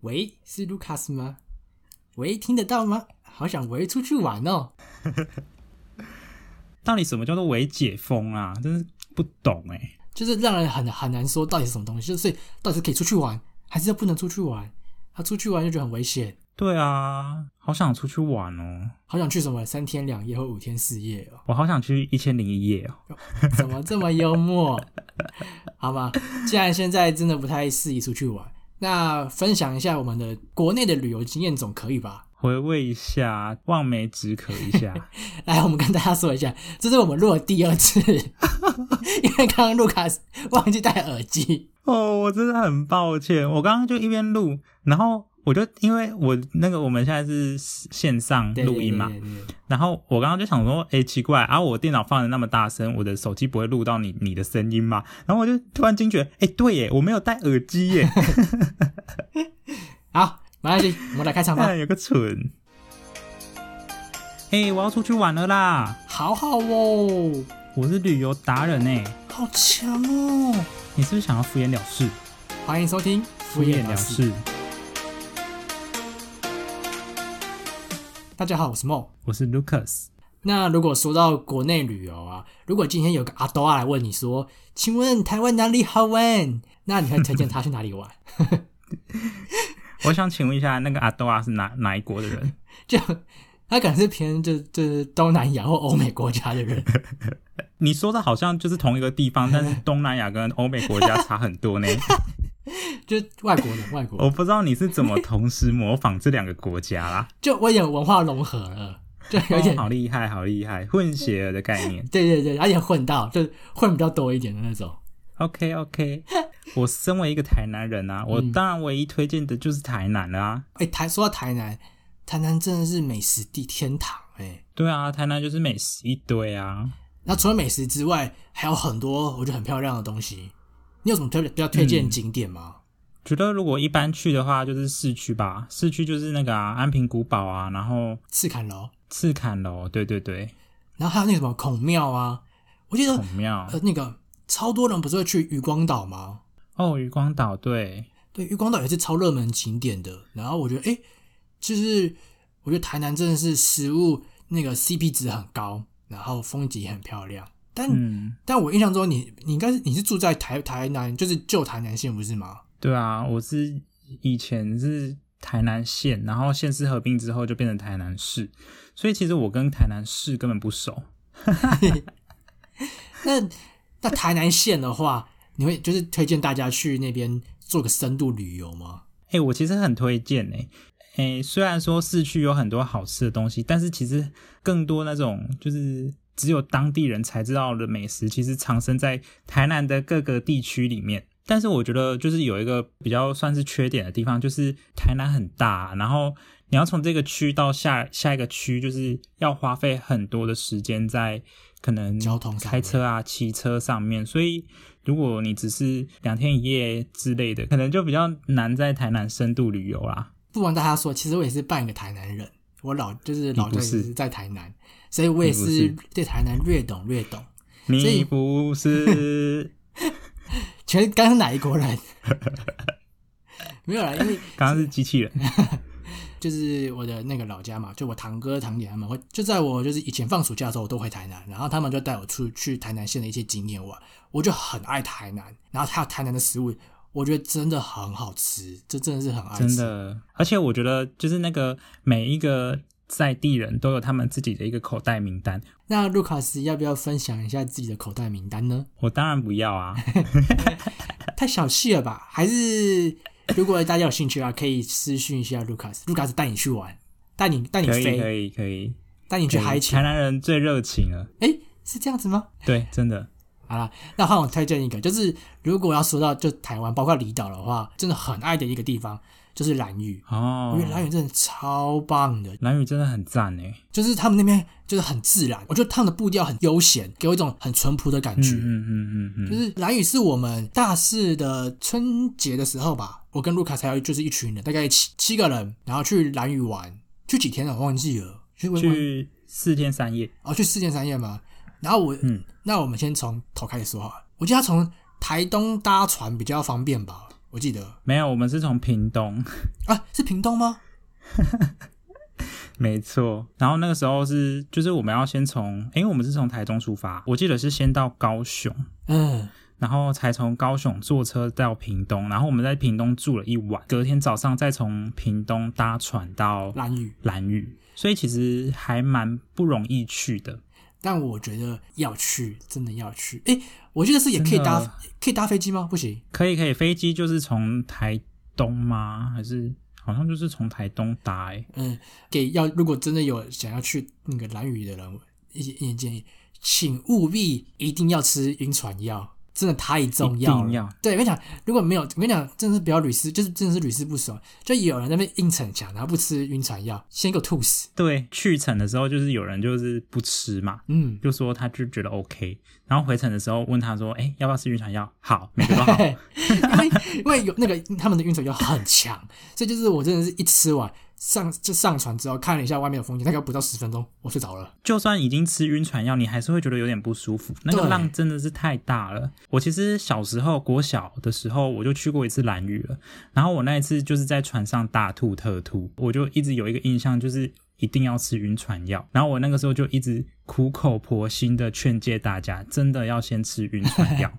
喂，是 Lucas 吗？喂，听得到吗？好想围出去玩哦！到底什么叫做伪解封啊？真是不懂哎、就是让人很很难说到底是什么东西，就是到底是可以出去玩，还是不能出去玩？他出去玩就觉得很危险，对啊，好想出去玩哦，好想去什么三天两夜或五天四夜哦，我好想去一千零一夜哦。怎么这么幽默？ 好吧，既然现在真的不太适宜出去玩，那分享一下我们的国内的旅游经验总可以吧？回味一下，望梅止渴一下。 来，我们跟大家说一下，这是我们录的第二次， 因为刚刚卢卡斯忘记戴耳机，哦，我真的很抱歉，我刚刚就一边录，然后我就因为我那个我们现在是线上对录音嘛，对对对对然后我刚刚就想说，哎、奇怪，啊，我电脑放的那么大声，我的手机不会录到你你的声音嘛？然后我就突然惊觉，哎、对耶，我没有戴耳机耶，好，没关系，我们来开场吧。 哎有个蠢。哎、我要出去玩了啦！好好哦，我是旅游达人哎，好强哦！你是不是想要敷衍了事？欢迎收听敷衍了事。，大家好，我是梦。我是 Lucas。那如果说到国内旅游啊，如果今天有个阿多啊来问你说，请问台湾哪里好玩？那你会推荐他去哪里玩？ 我想请问一下，那个阿多啊是哪哪一国 的人？就他可能是偏就就是东南亚或欧美国家的人， 你说的好像就是同一个地方，但是东南亚跟欧美国家差很 多呢。就是外国人，外国人我不知道你是怎么同时模仿这两个国家 啦，就我有点文化融合了，就有哦点、好厉害，好厉害，混血儿的概 念。对对对，而且混到就混比较多一点的那种。 OK OK，我身为一个台南人啊，我嗯当然唯一推荐的就是台南啦、啊。哎、台说到台南，台南真的是美食地天堂哎、对啊，台南就是美食一堆啊。那除了美食之外，还有很多我觉得很漂亮的东西。你有什么特别比较推嗯荐的景点吗？觉得如果一般去的话，就是市区吧，市区就是那个啊，安平古堡啊，然后赤坎楼，赤坎楼，对对对，然后还有那个什么孔庙啊，我记得孔庙呃那个超多人不是会去渔光岛吗？哦，渔光岛，对，对，渔光岛也是超热门景点的。然后我觉得，哎、就是我觉得台南真的是食物那个 CP 值很高，然后风景也很漂亮。但、嗯，但我印象中你你应该是你是住在台台南，就是旧台南县不是吗？对啊，我是以前是台南县，然后县市合并之后就变成台南市，所以其实我跟台南市根本不熟。那那台南县的话， 你会就是推荐大家去那边做个深度旅游吗？哎、我其实很推荐哎、诶虽然说市区有很多好吃的东西，但是其实更多那种就是只有当地人才知道的美食，其实藏身在台南的各个地区里面。但是我觉得就是有一个比较算是缺点的地方，就是台南很大，然后你要从这个区到下下一个区，就是要花费很多的时间在可能交通上面开车啊、骑车上面，所以如果你只是两天一夜之类的，可能就比较难在台南深度旅游啦。不瞒大家说，其实我也是半个台南人，我老就是老你家不也是是在台南，所以我也你是不对台南略懂略懂。所以你不 是请问刚刚是哪一国人？ 没有啦，因为刚刚是机器人，就是我的那个老家嘛，就我堂哥堂姐他们会就在我就是以前放暑假的时候，我都回台南，然后他们就带我出去台南县的一些景点玩，我就很爱台南，然后还有台南的食物，我觉得真的很好吃，这真的是很爱吃。真的。而且我觉得就是那个每一个在地人都有他们自己的一个口袋名单，那卢卡斯要不要分享一下自己的口袋名单呢？我当然不要啊。太小气了吧？还是如果大家有兴趣啊，可以私讯一下卢卡斯，卢卡斯带你去玩，带你 带你可以可飞，以可以，带你去可以嗨起台来。南人最热情了，哎，是这样子吗？对，真的。好啦，那换我推荐一个，就是如果要说到就台湾，包括离岛的话，真的很爱的一个地方就是兰屿。哦我觉，得兰屿真的超棒的，蓝宇真的很赞欸诶。就是他们那边就是很自然，我觉得他们的步调很悠闲，给我一种很淳朴的感觉。嗯嗯嗯嗯就嗯，是兰屿是我们大四的春节的时候吧，我跟卢卡才有就是一群人，大概七七个人，然后去兰屿玩，去几天了我忘记了，去去四天三夜，哦去四天三夜嘛。然后我，嗯那我们先从头开始说好了。我记得他从台东搭船比较方便吧，我记得没有，我们是从屏东， 啊，是屏东吗？没错。然后那个时候是，就是我们要先从，因为我们是从台中出发，我记得是先到高雄，嗯，然后才从高雄坐车到屏东，然后我们在屏东住了一晚，隔天早上再从屏东搭船到蓝屿。兰屿，所以其实还蛮不容易去的。但我觉得要去，真的要去。诶，我记得是也可以搭真的，啊可以搭飞机吗？不行，可以可以，飞机就是从台东吗？还是好像就是从台东搭、欸？嗯，给要如果真的有想要去那个蓝屿的人，一些一些建议，请务必一定要吃晕船药，真的太重一要定了。要。对，我跟你讲，如果没有，我跟你讲，真的是不要屡试，就是真的是屡试不爽。就有人在那边硬逞强，然后不吃晕船药，先给我吐死。对，去程的时候就是有人就是不吃嘛，嗯，就说他就觉得 OK，然后回程的时候问他说，哎、要不要吃晕船药？好，每个都好。哎因为因为有那个他们的晕船药很强，所以就是我真的是一吃完上就上船之后看了一下外面的风景，大概不到十分钟我睡着了。就算已经吃晕船药，你还是会觉得有点不舒服。那个对浪真的是太大了。我其实小时候国小的时候我就去过一次蓝屿了，然后我那一次就是在船上大吐特吐，我就一直有一个印象就是。一定要吃晕船药，然后我那个时候就一直苦口婆心的劝诫大家，真的要先吃晕船药。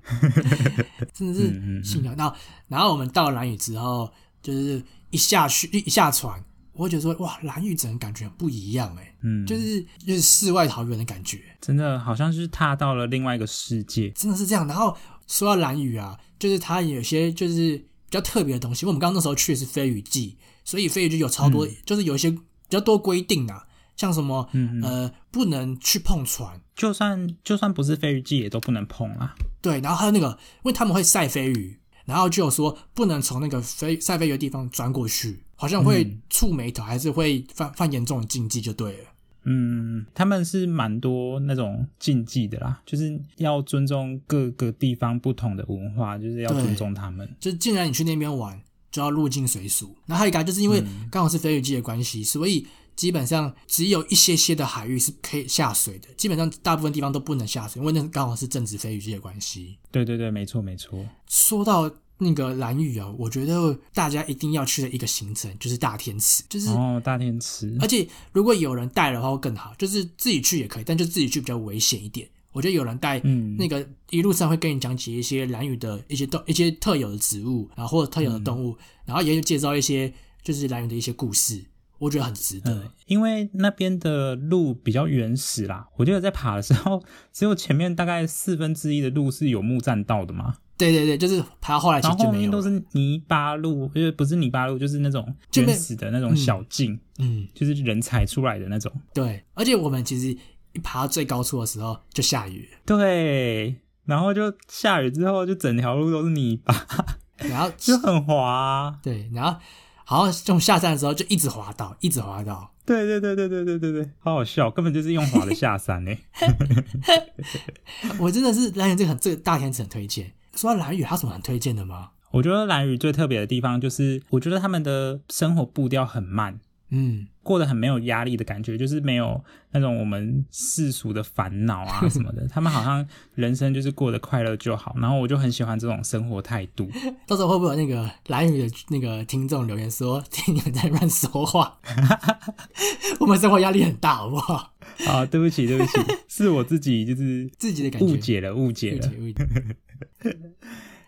真的嗯是信仰。然后，然后我们到了蓝屿之后，就是一下去一下船，我会觉得说，哇，蓝屿整个感觉很不一样哎、嗯，就是就是世外桃源的感觉，真的好像是踏到了另外一个世界。真的是这样。然后说到蓝屿啊，就是它有些就是比较特别的东西，因为我们刚刚那时候去的是飞鱼季，所以飞鱼季有超多，就是有一些比较多规定啊，像什么、嗯，嗯呃不能去碰船，就算就算不是飞鱼季，也都不能碰啊啦。对，然后还有那个，因为他们会晒飞鱼，然后就有说不能从那个飞晒飞鱼的地方钻过去，好像会触眉头，还是会犯犯严重的禁忌就对了。嗯，他们是蛮多那种禁忌的啦，就是要尊重各个地方不同的文化，就是要对尊重他们。就是既然你去那边玩，就要入境随俗。然后还有一个啊就是因为刚好是飞鱼季的关系，所以基本上只有一些些的海域是可以下水的，基本上大部分地方都不能下水，因为那刚好是正值飞鱼季的关系。对对对，没错没错。说到那个蓝屿啊，我觉得大家一定要去的一个行程就是大天池，就是然后哦大天池而，且如果有人带的话会更好，就是自己去也可以，但就自己去比较危险一点。我觉得有人带，嗯那个一路上会跟你讲解一些蓝屿的一些动、一些特有的植物，然后或者特嗯有的动物，然后也有介绍一些就是蓝屿的一些故事，我觉得很值得。嗯，因为那边的路比较原始啦，我记得在爬的时候，只有前面大概四分之一的路是有木栈道的嘛，对对对，就是爬到后来其然实后就后没面有都了。是泥巴路，就是不是泥巴路，就是那种就原没始的那种小径，嗯，就是人踩出来的那种。对。而且我们其实一爬到最高处的时候就下雨了，对，然后就下雨之后，就整条路都是泥巴， 然后就很滑、啊。对，然后好像从下山的时候就一直滑倒，一直滑倒。对对对对对对对对，好好笑，根本就是用滑的下山欸呢、我真的是蓝屿这个很这个大天池很推荐。说到蓝屿，还有什么很推荐的吗？ 我觉得蓝屿最特别的地方就是，我觉得他们的生活步调很慢，嗯，过得很没有压力的感觉，就是没有那种我们世俗的烦恼啊什么的。他们好像人生就是过得快乐就好，然后我就很喜欢这种生活态度。到时候会不会有那个蓝屿的那个听众留言说，听你们在乱说话？ 我们生活压力很大，好不好？啊，对不起对不起，是我自己就是自己的感觉误解了误解误了解。误解。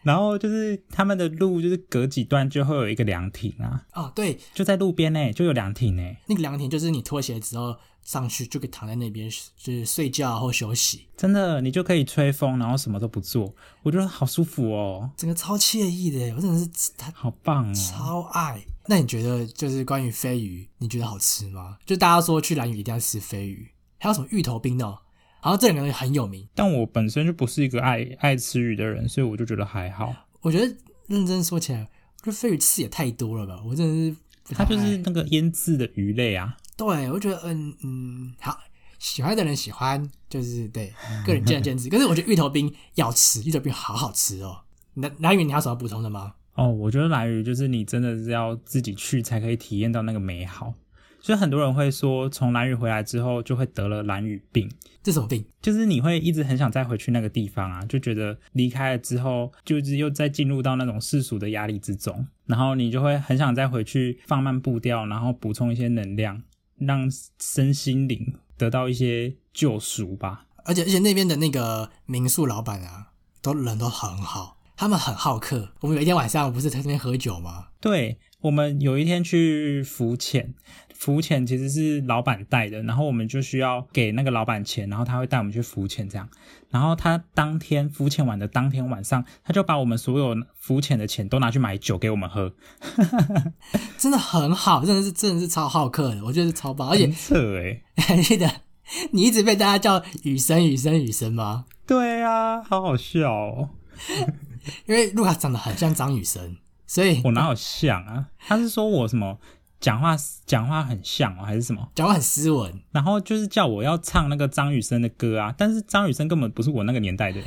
然后就是他们的路，就是隔几段就会有一个凉亭啊，哦，对，就在路边呢、就有凉亭呢、那个凉亭就是你脱鞋之后上去就可以躺在那边，就是睡觉啊或休息，真的，你就可以吹风，然后什么都不做，我觉得好舒服哦，整个超惬意的，我真的是他好棒哦。超爱。那你觉得就是关于飞鱼，你觉得好吃吗？就大家说去蓝屿一定要吃飞鱼，还有什么芋头冰呢？好像这两个很有名，但我本身就不是一个爱爱吃鱼的人，所以我就觉得还好。我觉得认真说起来，我觉得飞鱼吃也太多了吧，我真的是不太它爱就是那个腌制的鱼类啊，对，我觉得嗯嗯好，喜欢的人喜欢，就是对个人见仁见智。可是我觉得芋头冰要吃，芋头冰好好吃哦。南南云，你还有什么补充的吗？哦，我觉得来鱼就是你真的是要自己去才可以体验到那个美好。所以很多人会说，从蓝屿回来之后就会得了蓝屿病，这什么病？就是你会一直很想再回去那个地方啊，就觉得离开了之后，就是又再进入到那种世俗的压力之中，然后你就会很想再回去放慢步调，然后补充一些能量，让身心灵得到一些救赎吧。而且而且那边的那个民宿老板啊，都人都很好，他们很好客。我们有一天晚上不是在那边喝酒吗？对我们有一天去浮潜，浮潜其实是老板带的，然后我们就需要给那个老板钱，然后他会带我们去浮潜这样。然后他当天浮潜完的当天晚上，他就把我们所有浮潜的钱都拿去买酒给我们喝，真的很好，真的是真的是超好客的，我觉得是超 棒。而且很扯哎、还记得你一直被大家叫雨神、雨神、雨神吗？对啊，好好笑哦！因为卢卡长得很像张雨生，所以我哪有像啊？他是说我什么讲话讲话很像哦，还是什么？讲话很斯文。然后就是叫我要唱那个张雨生的歌啊，但是张雨生根本不是我那个年代的，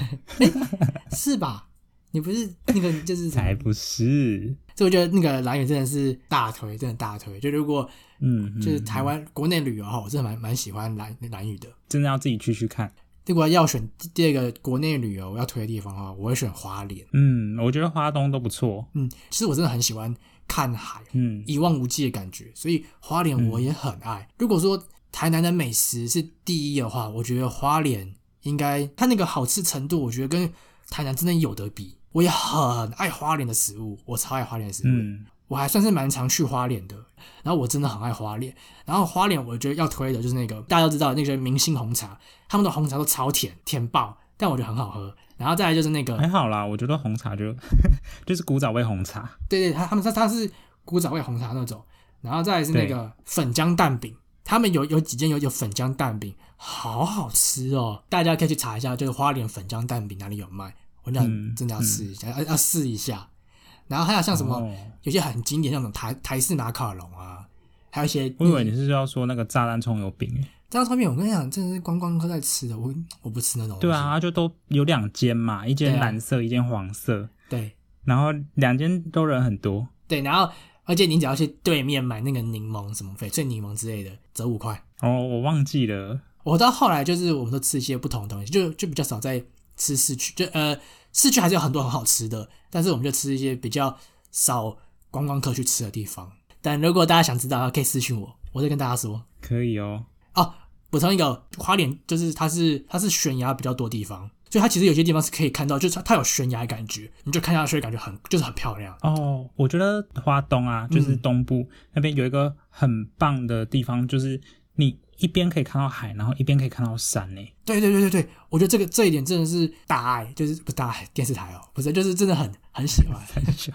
是吧？你不是那个就是什么才不是。所以我觉得那个来源真的是大推，真的大推。就如果嗯，嗯就是台湾国内旅游哈，我真的蛮蛮喜欢蓝蓝屿的。真的要自己去去看。如果要选第二个国内旅游要推的地方的话，我会选花莲。嗯，我觉得花东都不错。嗯，其实我真的很喜欢看海，嗯，一望无际的感觉，所以花莲我也很爱。如果说台南的美食是第一的话，我觉得花莲应该它那个好吃程度，我觉得跟台南真的有得比。我也很爱花莲的食物，我超爱花莲的食物。嗯，我还算是蛮常去花莲的，然后我真的很爱花莲。然后花莲我觉得要推的就是那个大家都知道那个明星红茶，他们的红茶都超甜，甜爆，但我觉得很好喝。然后再来就是那个，还好啦，我觉得红茶就 就是古早味红茶。对对，他他们他他是古早味红茶那种，然后再来是那个粉浆蛋饼，他们有有几间有有粉浆蛋饼，好好吃哦，大家可以去查一下，就是花莲粉浆蛋饼哪里有卖，我想嗯真的要试一下，要要试一下。然后还有像什么、哦有些很经典那种台台式马卡龙啊，还有一些我以为你是要说那个炸弹葱油饼，欸这张照片我跟你讲，真的是观光客在吃的，我我不吃那种。对啊，，它就都有两间嘛，一间对啊蓝色，一间黄色，对然后两间都人很多。对，然后而且你只要去对面买那个柠檬什么翡翠柠檬之类的，折五块。哦，我忘记了。我到后来就是我们都吃一些不同的东西，就就比较少在吃市区，就呃市区还是有很多很好吃的，但是我们就吃一些比较少观光客去吃的地方。但如果大家想知道的话，可以私信我，我再跟大家说。可以哦，哦，补充一个，花莲就是它是它是悬崖比较多地方，所以它其实有些地方是可以看到，就是它它有悬崖的感觉，你就看下去感觉很就是很漂亮。哦，我觉得花东啊，就是东部、那边有一个很棒的地方，就是你一边可以看到海，然后一边可以看到山欸呢。 对对对对对，我觉得这个这一点真的是大爱，就是不是大爱电视台哦，不是，就是真的很很喜欢， 三小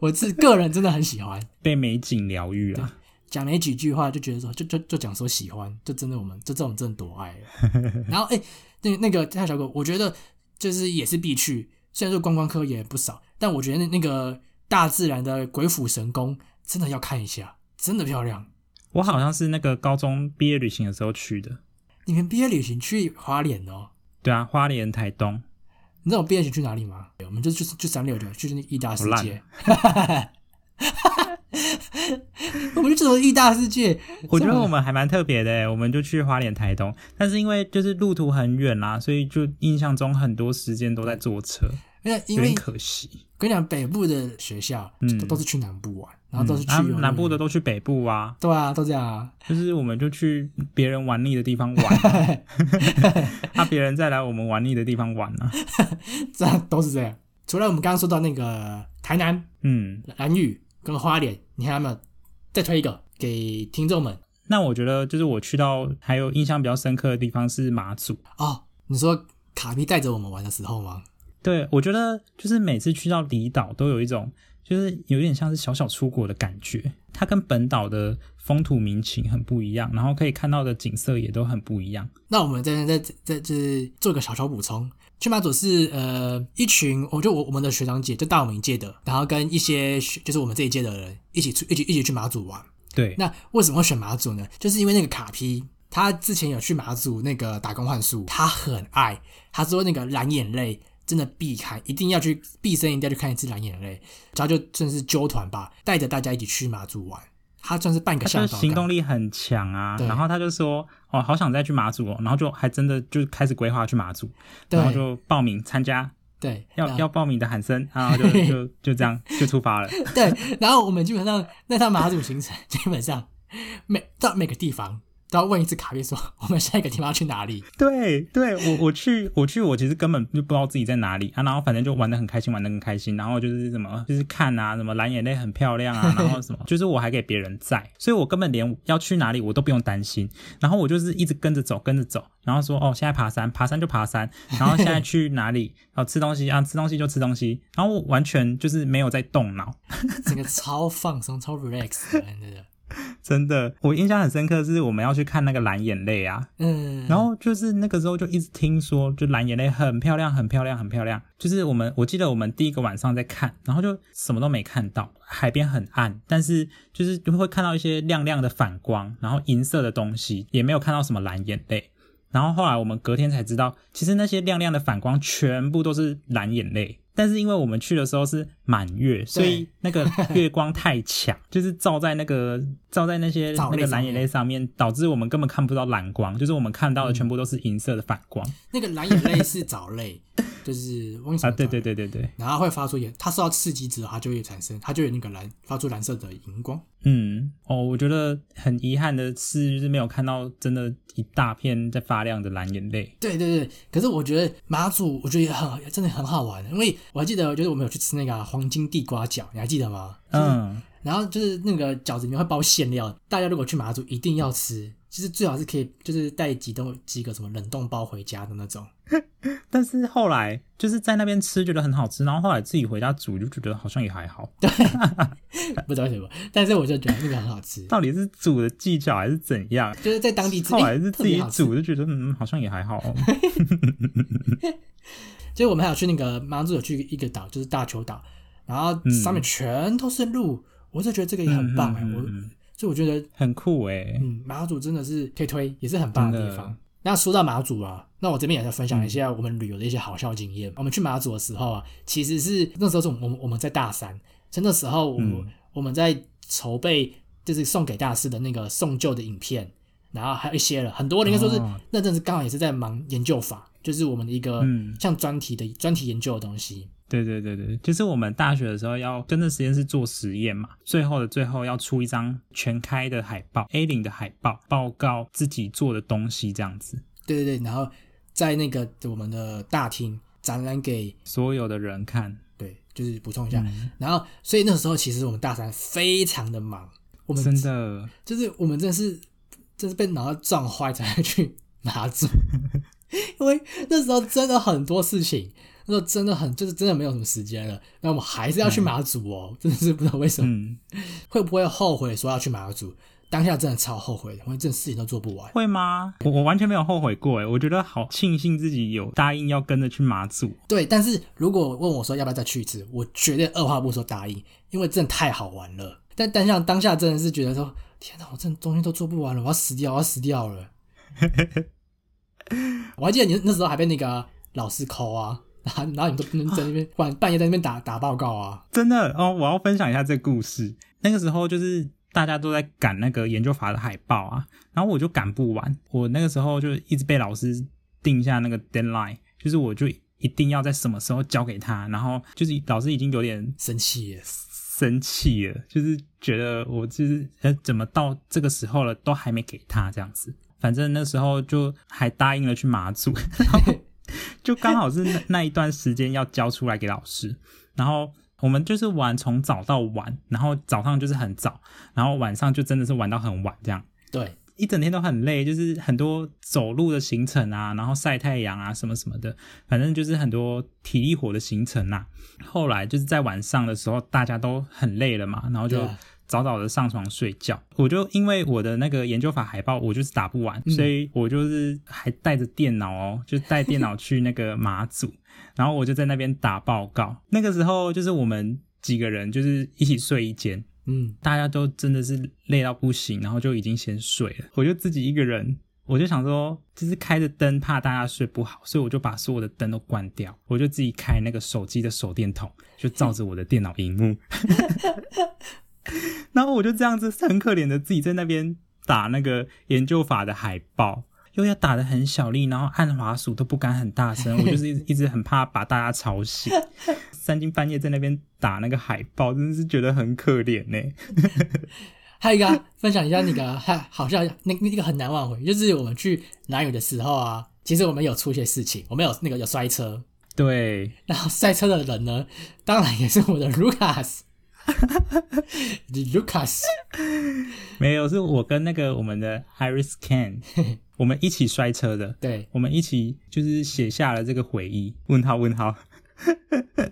我是个人真的很喜欢。被美景疗愈啊。讲没几句话就觉得说，就就就讲说喜欢，就真的我们就这种真的多爱了。 然后哎、那那个大小哥，我觉得就是也是必去，虽然说观光客也不少，但我觉得那那个大自然的鬼斧神工真的要看一下，真的漂亮。我好像是那个高中毕业旅行的时候去的，你们毕业旅行去花莲哦，对啊，花莲、台东，你知道我毕业旅行去哪里吗？我们就去去三六九，去那个义大世好界。 我们就走义大世界，我觉得我们还蛮特别的欸，我们就去花莲、台东，但是因为就是路途很远啦，所以就印象中很多时间都在坐车，因为因有为点可惜。跟你讲，北部的学校嗯都都是去南部玩，然后都是去啊游乐园南部的，都去北部啊，对啊，都这样啊。 就是我们就去别人玩腻的地方玩， 啊，别人再来我们玩腻的地方玩啊。这样都是这样。除了我们刚刚说到那个台南、嗯，蓝屿跟花莲，你还有没有再推一个给听众们？那我觉得就是我去到还有印象比较深刻的地方是马祖，哦，你说卡比带着我们玩的时候吗？对，我觉得就是每次去到离岛都有一种，就是有点像是小小出国的感觉。它跟本岛的风土民情很不一样，然后可以看到的景色也都很不一样。那我们再再再再就是做个小小补充，去马祖是呃一群，我就我我们的学长姐就大我们一届的，然后跟一些学就是我们这一届的人一起出一起一起去马祖玩，对，那为什么会选马祖呢？就是因为那个卡皮，他之前有去马祖那个打工换宿，他很爱，他说那个蓝眼泪真的必看，一定要去，毕生一定要去看一次蓝眼泪。他就真的是纠团吧，带着大家一起去马祖玩。他算是半个他就向是导行动感。力很强啊，对然后他就说哦，好想再去马祖哦，然后就还真的就开始规划去马祖，然后对啊就报名参加，对，要那要报名的喊声，然后就 就就这样就出发了。对，然后我们基本上那趟马祖行程， 基本上每到每个地方都要问一次卡片说，我们下一个地方要去哪里。 对对，我我去我去，我其实根本就不知道自己在哪里啊，然后反正就玩的很开心，玩的很开心，然后就是什么就是看啊，什么蓝眼泪很漂亮啊，然后什么就是我还给别人载，所以我根本连要去哪里我都不用担心，然后我就是一直跟着走跟着走，然后说哦现在爬山爬山就爬山，然后现在去哪里然后吃东西啊吃东西就吃东西，然后我完全就是没有在动脑，整个超放松、超 relax 的，真的。真的，我印象很深刻是我们要去看那个蓝眼泪啊，嗯，然后就是那个时候就一直听说，就蓝眼泪很漂亮，很漂亮，很漂亮。就是我们我记得我们第一个晚上在看，然后就什么都没看到，海边很暗，但是就是就会看到一些亮亮的反光，然后银色的东西，也没有看到什么蓝眼泪。然后后来我们隔天才知道，其实那些亮亮的反光全部都是蓝眼泪。但是因为我们去的时候是满月，所以那个月光太强，就是照在那个照在那些藻那类个上蓝眼泪面上面，导致我们根本看不到蓝光，就是我们看到的全部都是银色的反光、那个蓝眼泪是藻类，就是忘记什啊！么藻对类对。对对对，然后会发出眼，它受到刺激之后，它就会产生，它就有那个蓝，发出蓝色的荧光。嗯，哦，我觉得很遗憾的是，就是没有看到真的一大片在发亮的蓝眼泪。对对对，可是我觉得马祖，我觉得也很真的很好玩，因为我还记得，就是我们有去吃那个啊、黄金地瓜饺，你还记得吗？就是嗯，然后就是那个饺子里面会包馅料，大家如果去马祖一定要吃，就是最好是可以就是带几冻几个什么冷冻包回家的那种。但是后来就是在那边吃，觉得很好吃，然后后来自己回家煮，就觉得好像也还好。不知道为什么，但是我就觉得那个很好吃，到底是煮的技巧还是怎样？就是在当地吃，后来是诶特自别己好吃煮，就觉得嗯，好像也还 好、哦。就是我们还有去那个马祖有去一个岛，就是大丘岛，然后上面全都是路，我就觉得这个也很棒哎、嗯嗯嗯嗯我嗯嗯所以我觉得很酷哎、嗯，马祖真的是可以推，也是很棒的地真方的。嗯那说到马祖啊，那我这边也要分享一下我们旅游的一些好笑经验。我们去马祖的时候啊，其实是那时候是我们我们我们在大三，就那时候我们、嗯我们在筹备就是送给大师的那个送旧的影片，然后还有一些人，很多人应该说是、哦那阵子刚好也是在忙研究法，就是我们的一个嗯像专题的专题研究的东西。对对对对，就是我们大学的时候要跟着实验室做实验嘛，最后的最后要出一张全开的海报，A 零的海报，报告自己做的东西这样子，对对对，然后在那个我们的大厅展览给所有的人看。对，就是补充一下。然后，所以那时候其实我们大三非常的忙，我们真的，就是我们真的是真是被脑袋撞坏才会去 拿住，因为那时候真的很多事情，那时候真的很就是真的没有什么时间了。那我们还是要去马祖哦，真的是不知道为什么，嗯，会不会后悔说要去马祖？当下真的超后悔的，因为这事情都做不完。会吗？我我完全没有后悔过哎，我觉得好庆幸自己有答应要跟着去马祖。对，但是如果问我说要不要再去一次，我绝对二话不说答应，因为真的太好玩了。但但像当下真的是觉得说，天哪，我真的东西都做不完了，我要死掉，我要死掉了。 我还记得你那时候还被那个老师抠啊，然后然后你都不能在那边晚半夜在那边打打报告啊。真的哦，我要分享一下这故事。那个时候就是大家都在赶那个研究法的海报啊，然后我就赶不完。我那个时候就一直被老师定下那个 deadline，就是我就一定要在什么时候交给他。然后就是老师已经有点生气耶，生气了，就是觉得我就是呃怎么到这个时候了都还没给他这样子。反正那时候就还答应了去马祖， 然后就刚好是那 那一段时间要交出来给老师，然后我们就是玩从早到晚，然后早上就是很早，然后晚上就真的是玩到很晚这样。对，一整天都很累，就是很多走路的行程啊，然后晒太阳啊，什么什么的，反正就是很多体力活的行程啊。后来就是在晚上的时候，大家都很累了嘛，然后就对啊早早的上床睡觉。我就因为我的那个研究法海报，我就是打不完，嗯所以我就是还带着电脑哦，就带电脑去那个马祖，然后我就在那边打报告。那个时候就是我们几个人就是一起睡一间，嗯，大家都真的是累到不行，然后就已经先睡了。我就自己一个人，我就想说，就是开着灯怕大家睡不好，所以我就把所有的灯都关掉，我就自己开那个手机的手电筒，就照着我的电脑荧幕。 然后我就这样子很可怜的自己在那边打那个研究法的海报，又要打的很小力，然后按滑鼠都不敢很大声，我就是一直一直很怕把大家吵醒，三更半夜在那边打那个海报，真的是觉得很可怜欸呢、还有一个、啊、分享一下那个啊，还好像那那个很难忘回，就是我们去南屿的时候啊，其实我们有出一些事情，我们有那个有摔车，对，然后赛车的人呢，当然也是我的 Lucas。Lucas，没有，是我跟那个我们的 Iris Can，我们一起摔车的，对，我们一起就是写下了这个回忆。问号问号，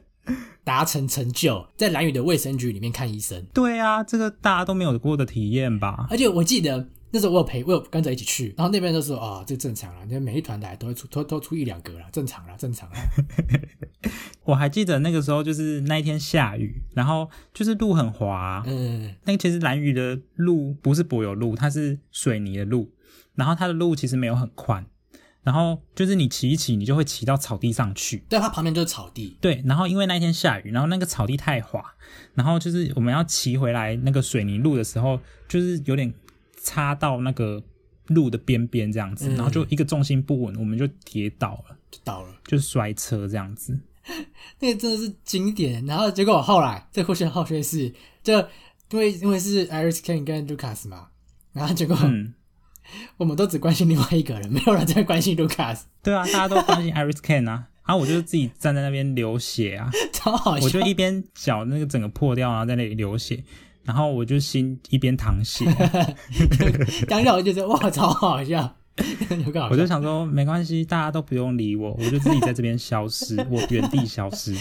达成成就，在蓝宇的卫生局里面看医生，对啊，这个大家都没有过的体验吧？而且我记得那时候我有陪，我有跟着一起去，然后那边就说啊、这正常啦，就每一团来都会出，都都出一两个啦，正常啦，正常啦。我还记得那个时候就是那一天下雨，然后就是路很滑，啊嗯，那个其实蓝屿的路不是柏油路，它是水泥的路，然后它的路其实没有很宽，然后就是你骑一骑，你就会骑到草地上去。对，它旁边就是草地，对，然后因为那一天下雨，然后那个草地太滑，然后就是我们要骑回来那个水泥路的时候，就是有点擦到那个路的边边这样子，嗯然后就一个重心不稳，我们就跌倒了，就到了，就摔车这样子。那个真的是经典。然后结果后来这故事后续是，就因为因为是 Iris Ken 跟 Lucas 嘛，然后结果嗯，我们都只关心另外一个人，没有人在关心 Lucas，对啊，大家都关心 Iris Can 啊，然后我就自己站在那边流血啊。 超好我笑就。一边脚那个整个破掉，然啊后在那里流血，然后我就心一边淌血，当下我就觉得哇，超好笑， 有个好我笑就。想说没关系，大家都不用理我，我就自己在这边消 失，我原地消失。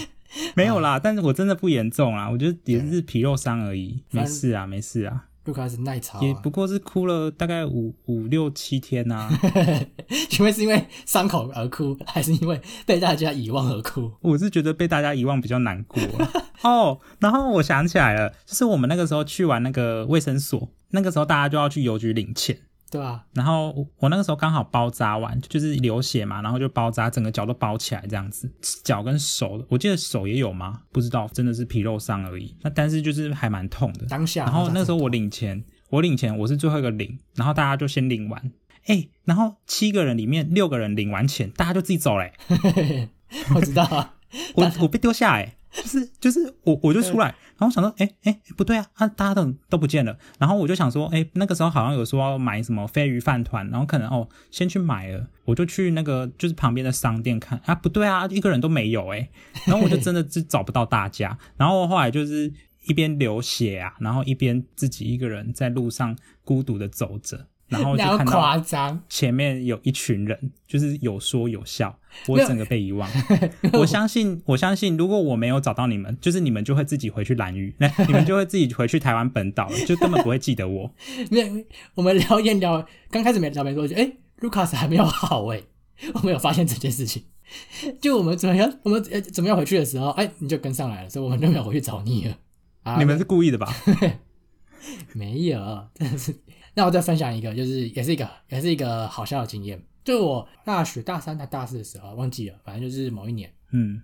没有哦啦，但是我真的不严重啦，我觉得也是皮肉伤而已，反没正事啊，没事啊， Lucas 耐操、也嗯啊，不过是哭了大概五五六七天呐、啊。 请问是因为伤口而哭，还是因为被大家遗忘而哭？我是觉得被大家遗忘比较难过啊、 哦。然后我想起来了，就是我们那个时候去完那个卫生所，那个时候大家就要去邮局领钱。对啊吧、然后我我那个时候刚好包扎完，就是流血嘛，然后就包扎，整个脚都包起来这样子，脚跟手，我记得手也有吗？不知道，真的是皮肉伤而已。那但是就是还蛮痛的。当下，然后那时 候我领钱，我领钱我是最后一个领，然后大家就先领完，哎，然后七个人里面六个人领完钱，大家就自己走嘞、我知道 啊，我我被丢下哎、就是就是我我就出来，然后想说，哎、哎、不对啊，啊大家都都不见了，然后我就想说，哎、那个时候好像有说要买什么飞鱼饭团，然后可能哦先去买了，我就去那个就是旁边的商店看啊，不对啊，一个人都没有哎、然后我就真的就找不到大 家，然后后来就是一边流血啊，然后一边自己一个人在路上孤独的走着，然后就那要看夸到张，前面有一群人，就是有说有笑，我没有整个被遗 忘。我相信，我相信，如果我没有找到你们，就是你们就会自己回去蓝屿，那 你们就会自己回去台湾本岛了，就根本不会记得 我。没有，我们聊天聊，刚开始没聊没多久，哎、l u c a s 还没有好哎、我没有发现这件事情。就我们怎么样，我们呃怎么样回去的时候，哎、你就跟上来了，所以我们就没有回去找你了。啊，你们是故意的吧？ 没有，真的是。那我再分享一个，就是也是一个也是一个好笑的经验。就我大学大三还大四的时候，忘记了，反正就是某一年，嗯，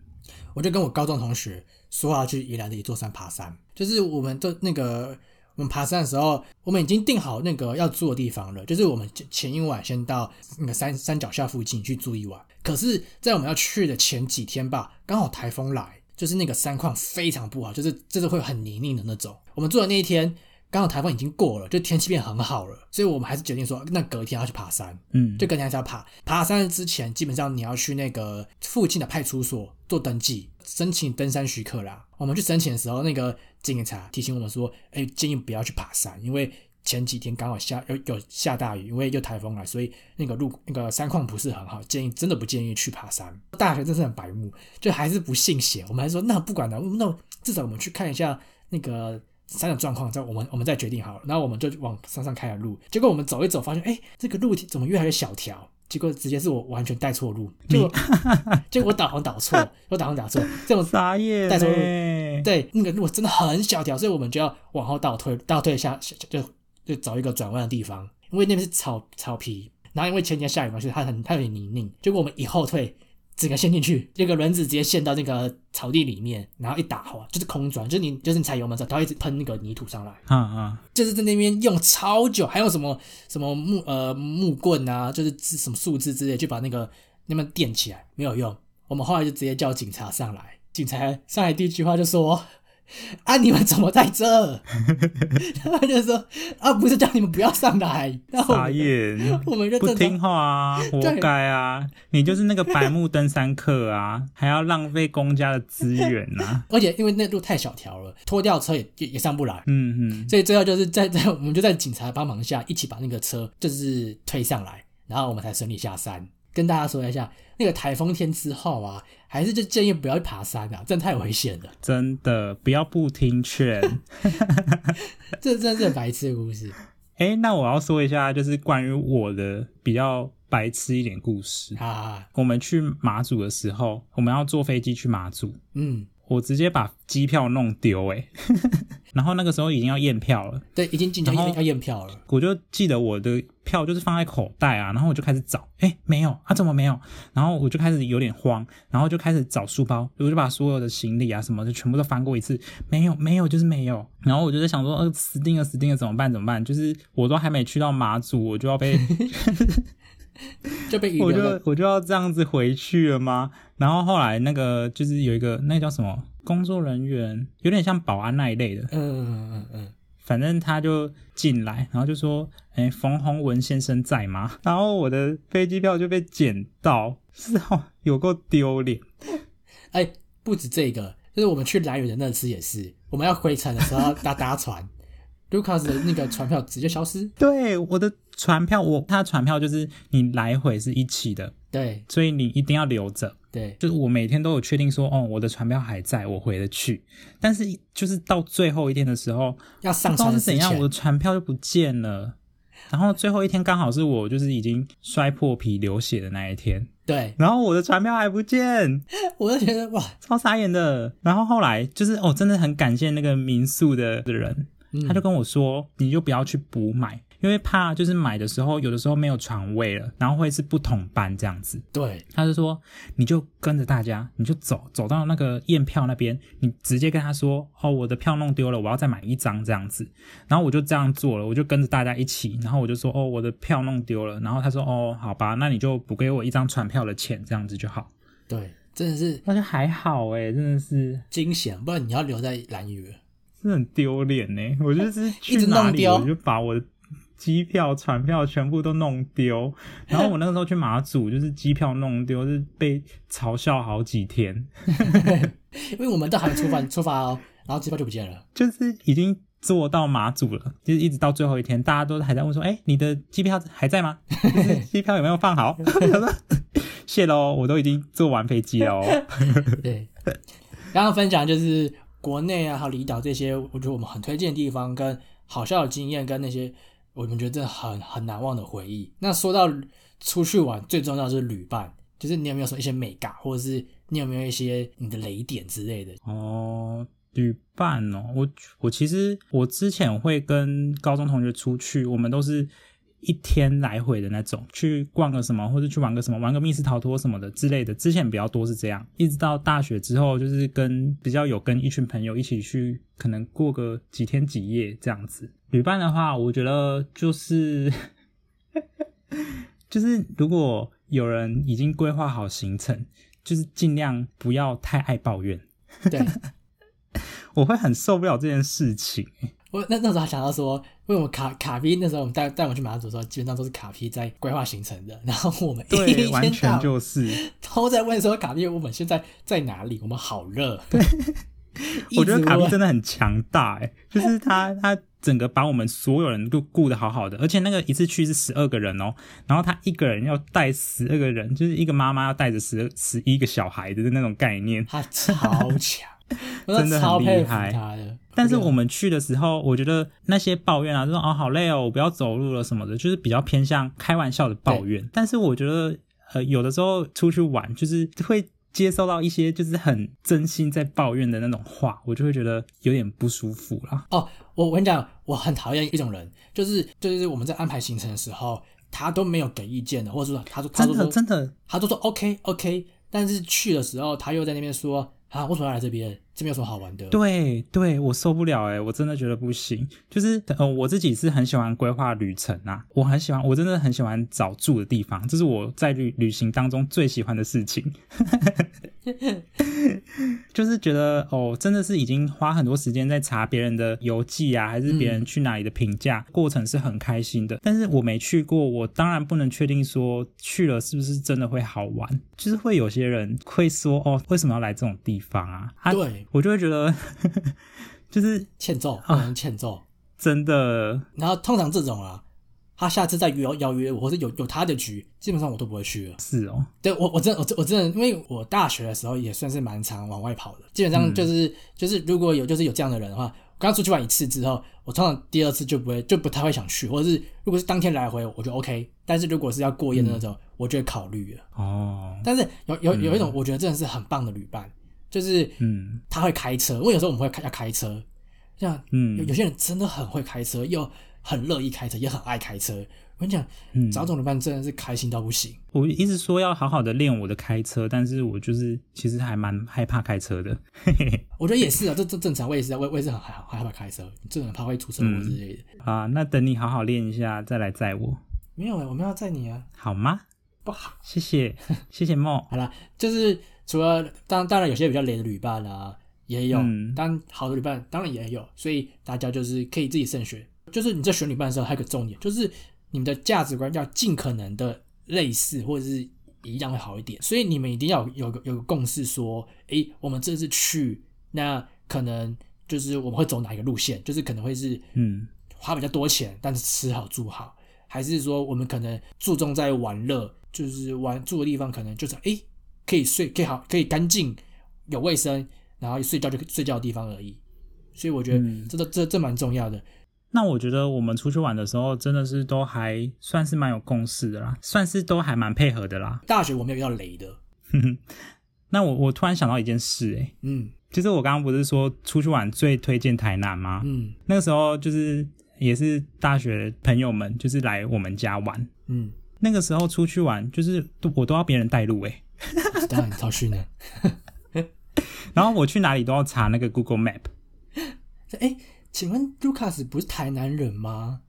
我就跟我高中同学说要去宜兰的一座山爬山，就是我们都那个我们爬山的时候，我们已经定好那个要住的地方了，就是我们前前一晚先到那个山山脚下附近去住一晚。可是，在我们要去的前几天吧，刚好台风来，就是那个山况非常不好，就是就是会很泥泞的那种。我们住的那一天，刚好台风已经过了，就天气变很好了，所以我们还是决定说，那隔天要去爬山。嗯，就跟人家要爬。爬山之前，基本上你要去那个附近的派出所做登记，申请登山许可啦。我们去申请的时候，那个警察提醒我们说：“哎、建议不要去爬山，因为前几天刚好下有有下大雨，因为又台风来，所以那个路那个山况不是很好，建议真的不建议去爬山。”大学真是很白目，就还是不信邪。我们还说：“那不管了，那至少我们去看一下那个山的状况，再我们我们再决定好了。然后我们就往山上开了路，结果我们走一走，发现哎，这个路怎么越来越小条？结果直接是我完全带错路，就 就我导航导错，我导航导错，这种傻眼欸带走嘞。对那个路真的很小条，所以我们就要往后倒退，倒退一下就就就找一个转弯的地方，因为那边是草草皮，然后因为前几天下雨嘛，所以它很它有点泥泞，结果我们一后退，整个陷进去，这个轮子直接陷到那个草地里面，然后一打滑就是空转，就是你就是你踩油门的时候，它会一直喷那个泥土上来，啊啊，就是在那边用超久，还用什么什么木呃木棍啊，就是什么树枝之类就把那个那边垫起来，没有用。我们后来就直接叫警察上来，警察上来第一句话就说：“啊，你们怎么在这？”他们就说：“啊，不是叫你们不要上来。”然后我傻们眼，我们就不正常听话啊，活对该啊！你就是那个白木登山客啊， 还要浪费公家的资源啊！而且因为那路太小条了，拖吊车也也也上不来，嗯嗯，所以最后就是在在我们就在警察帮忙下，一起把那个车就是推上来，然后我们才顺利下山。跟大家说一下，那个台风天之后啊，还是就建议不要去爬山啊，真的太危险了，真的不要不听劝。这真是白痴的故事。哎，那我要说一下，就是关于我的比较白痴一点故事。啊，我们去马祖的时候，我们要坐飞机去马祖，嗯，我直接把机票弄丢哎、欸 然后那个时候已经要验票了，对，已经进去然后要要验票了，我就记得我的票就是放在口袋啊，然后我就开始找，哎、没有啊，怎么没有？然后我就开始有点慌，然后就开始找书包，我就把所有的行李啊什么的全部都翻过一次，没有，没有，就是没有。然后我就在想说，呃，死定了，死定了，怎么办？怎么办？就是我都还没去到马祖，我就要被就被遗我留就了。我就要这样子回去了吗？然后后来那个就是有一个那个叫什么工作人员，有点像保安那一类的，嗯嗯嗯嗯，反正他就进来，然后就说：“哎、冯洪文先生在吗？” 然后我的飞机票就被捡到，是哦，有够丢脸。哎、不止这个，就是我们去来源的那次也是，我们要回程的时候搭搭船，Lucas 的那个船票直接消失。对，我的船票，我他的船票就是你来回是一起的，对所以你一定要留着。对，就是我每天都有确定说，哦，我的船票还在，我回得去。但是就是到最后一天的时候，要上不知道船是之怎样，前我的船票就不见了。然后最后一天刚好是我就是已经摔破皮流血的那一天，对，然后我的船票还不见，我就觉得哇，超傻眼的。然后后来就是哦，真的很感谢那个民宿的的人，嗯他就跟我说，你就不要去补买，因为怕就是买的时候有的时候没有床位了，然后会是不同班这样子。对他就说，你就跟着大家，你就走走到那个验票那边，你直接跟他说，哦，我的票弄丢了，我要再买一张这样子。然后我就这样做了，我就跟着大家一起，然后我就说，哦，我的票弄丢了。然后他说，哦，好吧，那你就补给我一张船票的钱，这样子就好。对，真的是那就还好哎、真的是惊险，不然你要留在蓝屿了。是很丢脸呢。我就是去一直弄哪里，丢我就把我的机票、船票全部都弄丢。然后我那个时候去马祖，就是机票弄丢，就是被嘲笑好几天，因为我们都还没出发出发哦，然后机票就不见了。就是已经。坐到马祖了，就是一直到最后一天，大家都还在问说：“哎、你的机票还在吗？就是机票有没有放好？”我说谢喽，我都已经坐完飞机了哦。对，刚刚分享就是国内啊，还有离岛这些，我觉得我们很推荐的地方，跟好笑的经验，跟那些我们觉得真的很很难忘的回忆。那说到出去玩，最重要的是旅伴，就是你有没有什么一些美感，或者是你有没有一些你的雷点之类的？哦，旅伴哦，我我其实我之前会跟高中同学出去，我们都是一天来回的那种，去逛个什么，或者去玩个什么，玩个密室逃脱什么的之类的。之前比较多是这样，一直到大学之后，就是跟比较有跟一群朋友一起去，可能过个几天几夜这样子。旅伴的话，我觉得就是 就是如果有人已经规划好行程，就是尽量不要太爱抱怨。对。我会很受不了这件事 情。我那那时候还想到说，为什么卡卡皮那时候我们带带我去马祖的时候，基本上都是卡皮在规划行程的，然后我们一对，天完到全晚就是，都在问说卡比，我们现在在哪里？我们好热。 一直我觉得卡比问真的很强大、 欸，就是他他整个把我们所有人都顾得好好的，而且那个一次去是十二个人哦、然后他一个人要带十二个人，就是一个妈妈要带着十十一个小孩的那种概念。他超强，我真的很超佩厉服害他的。但是我们去的时候，我觉得那些抱怨啊，就说哦好累哦，我不要走路了什么的，就是比较偏向开玩笑的抱怨。但是我觉得，呃，有的时候出去玩，就是会接收到一些就是很真心在抱怨的那种话，我就会觉得有点不舒服啦。哦，我我跟你讲，我很讨厌一种人，就是就是我们在安排行程的时候，他都没有给意见的，或者说他说他真都的，说真的，他都说 OK OK，但是去的时候他又在那边说啊，为什么要来这边？这边有什么好玩的？对对，我受不了哎、我真的觉得不行。就是呃，我自己是很喜欢规划旅程啊，我很喜欢，我真的很喜欢找住的地方，这是我在旅旅行当中最喜欢的事情。 就是觉得哦，真的是已经花很多时间在查别人的游记啊，还是别人去哪里的评价，过程是很开心的。但是我没去过，我当然不能确定说去了是不是真的会好玩。就是会有些人会说哦，为什么要来这种地方啊？啊对，我就会觉得， 就是欠揍，不能欠揍。真的然后通常这种啊，他下次再约邀约我，或者有有他的局，基本上我都不会去了。是哦，对我，我真的我真我真的，因为我大学的时候也算是蛮常往外跑的，基本上就是、就是如果有就是有这样的人的话，刚出去玩一次之后，我通常第二次就不会就不太会想去，或者是如果是当天来回我就 OK，但是如果是要过夜的那种，我就会考虑了。哦，但是有有有一种我觉得真的是很棒的旅伴，就是嗯他会开车，因为有时候我们会开要开车，像有嗯有些人真的很会开车，又很乐意开车，也很爱开车。我跟你讲，嗯，找这种旅伴真的是开心到不行。我一直说要好好的练我的开车，但是我就是其实还蛮害怕开车的。我觉得也是啊，这这正常，我也是啊，我我也是很 害害怕开车，这很怕会出车祸之类的。啊，那等你好好练一下，再来载我，没有哎、我们要载你啊，好吗？不好。谢谢，谢谢梦。好啦，就是除了当当然有些比较雷的旅伴啊，也有，嗯当好的旅伴当然也有，所以大家就是可以自己慎选。就是你在选旅伴的时候，还有个重点，就是你们的价值观要尽可能的类似或者是一样会好一点。所以你们一定要有有个有个共识，说，诶、我们这次去，那可能就是我们会走哪一个路线，就是可能会是嗯花比较多钱，但是吃好住好，还是说我们可能注重在玩乐，就是玩住的地方可能就是诶、可以睡，可以好，可以干净，有卫生，然后睡觉就可以睡觉的地方而已。所以我觉得嗯这、都这这蛮重要的。那我觉得我们出去玩的时候，真的是都还算是蛮有共识的啦，算是都还蛮配合的啦。大学我没有遇到雷的，那我我突然想到一件事、欸，诶，嗯就是我刚刚不是说出去玩最推荐台南吗？嗯那个时候就是也是大学朋友们，就是来我们家玩。嗯，那个时候出去玩，就是都我都要别人带路诶、欸当然超训呢。然后我去哪里都要查那个 Google Map， 诶、请问 Lucas 不是台南人吗？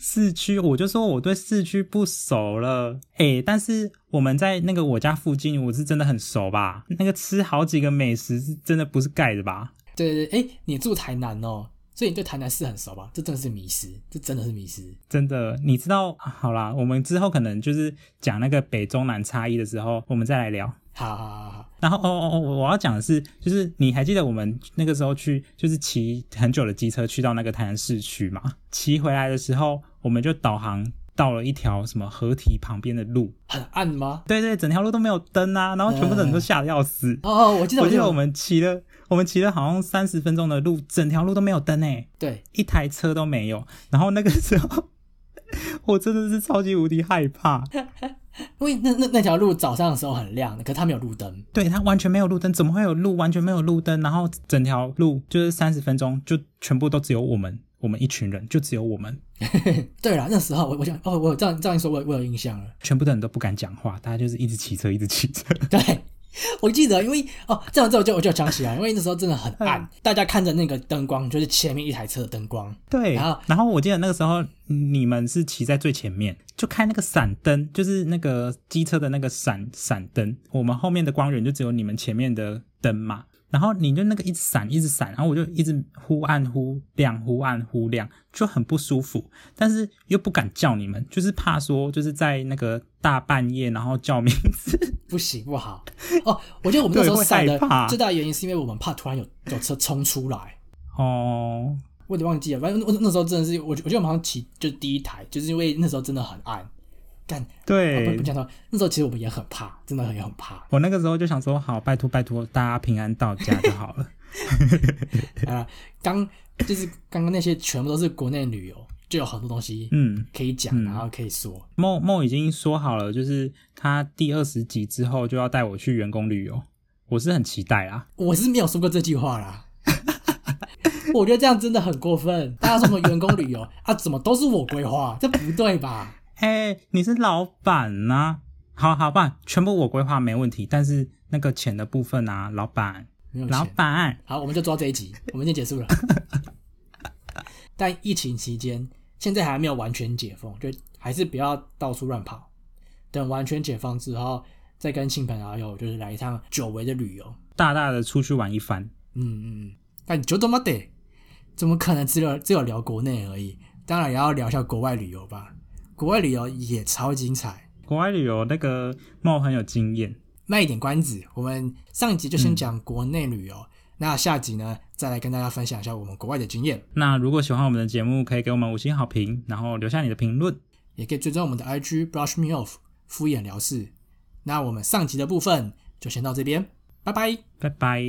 市区我就说我对市区不熟了，诶、但是我们在那个我家附近，我是真的很熟吧？那个吃好几个美食是真的不是盖的吧？对对对，诶、你住台南哦，所以你对台南市很熟吧？这真的是迷失，这真的是迷失。真的，你知道？好啦，我们之后可能就是讲那个北中南差异的时候，我们再来聊。好好好好，然后哦哦哦，我要讲的是，就是你还记得我们那个时候去，就是骑很久的机车去到那个台南市区嘛？骑回来的时候，我们就导航到了一条什么河堤旁边的路，很暗吗？对对，整条路都没有灯啊，然后全部的人都吓得要死。哦，哦我记得，我记记得得我们骑了，我们骑了好像三十分钟的路，整条路都没有灯诶、欸对，一台车都没有。然后那个时候， 我真的是超级无敌害怕，因为那那那条路早上的时候很亮，可是它没有路灯。对，它完全没有路灯，怎么会有路？完全没有路灯，然后整条路就是三十分钟，就全部都只有我们，我们一群人，就只有我们，对了，那时候我我想哦，我有这样这样一说，我有我有印象了。 全部的人都不敢讲话，大家就是一直骑车，一直骑车。对，我记得，因为哦，这样之后就我就想起来，因为那时候真的很嗯暗，大家看着那个灯光，就是前面一台车的灯光。对，然后然后我记得那个时候你们是骑在最前面，就开那个闪灯，就是那个机车的那个闪闪灯，我们后面的光源就只有你们前面的灯嘛。然后你就那个一直闪，一直闪，然后我就一直忽暗忽亮，忽暗忽亮，就很不舒服，但是又不敢叫你们，就是怕说就是在那个大半夜然后叫名字， 不行不好哦！我觉得我们那时候对会闪的害怕最大的原因是因为我们怕突然有有车冲出来，哦，我有点忘记了。反正我那时候真的是，我我觉得我们好像骑就第一台，就是因为那时候真的很暗。干，啊不对不，讲到那时候，其实我们也很怕，真的很也很怕。我那个时候就想说，好，拜托拜托，大家平安到家就好了。啊，刚就是刚刚那些全部都是国内旅游，就有很多东西嗯，可以讲，然后可以说。梦梦已经说好了，就是他第二十集之后就要带我去员工旅游，我是很期待啊啦。我是没有说过这句话啦， 我觉得这样真的很过分。大家说什么员工旅 游啊，怎么都是我规划，这不对吧？哎、你是老板呐、好好办，全部我规划没问题，但是那个钱的部分啊，老板，没有老钱。板，好，我们就抓这一集，我们已经结束了。 但疫情期间，现在还没有完全解封，就还是不要到处乱跑。等完全解放之后，再跟亲朋好友就是来一趟久违的旅游。大大的出去玩一番。嗯嗯，嗯，但就这么得，怎么可能只有只有聊国内而已？当然也要聊一下国外旅游吧。国外旅游也超精彩。国外旅游那个梦很有经验，卖一点关子，我们上一集就先讲国内旅游，那下集呢再来跟大家分享一下我们国外的经验，那如果喜欢我们的节目，可以给我们五星好评，然后留下你的评论。也可以追踪我们的 IG brush me off 敷衍了事。那我们上集的部分就先到这边，拜拜。拜拜。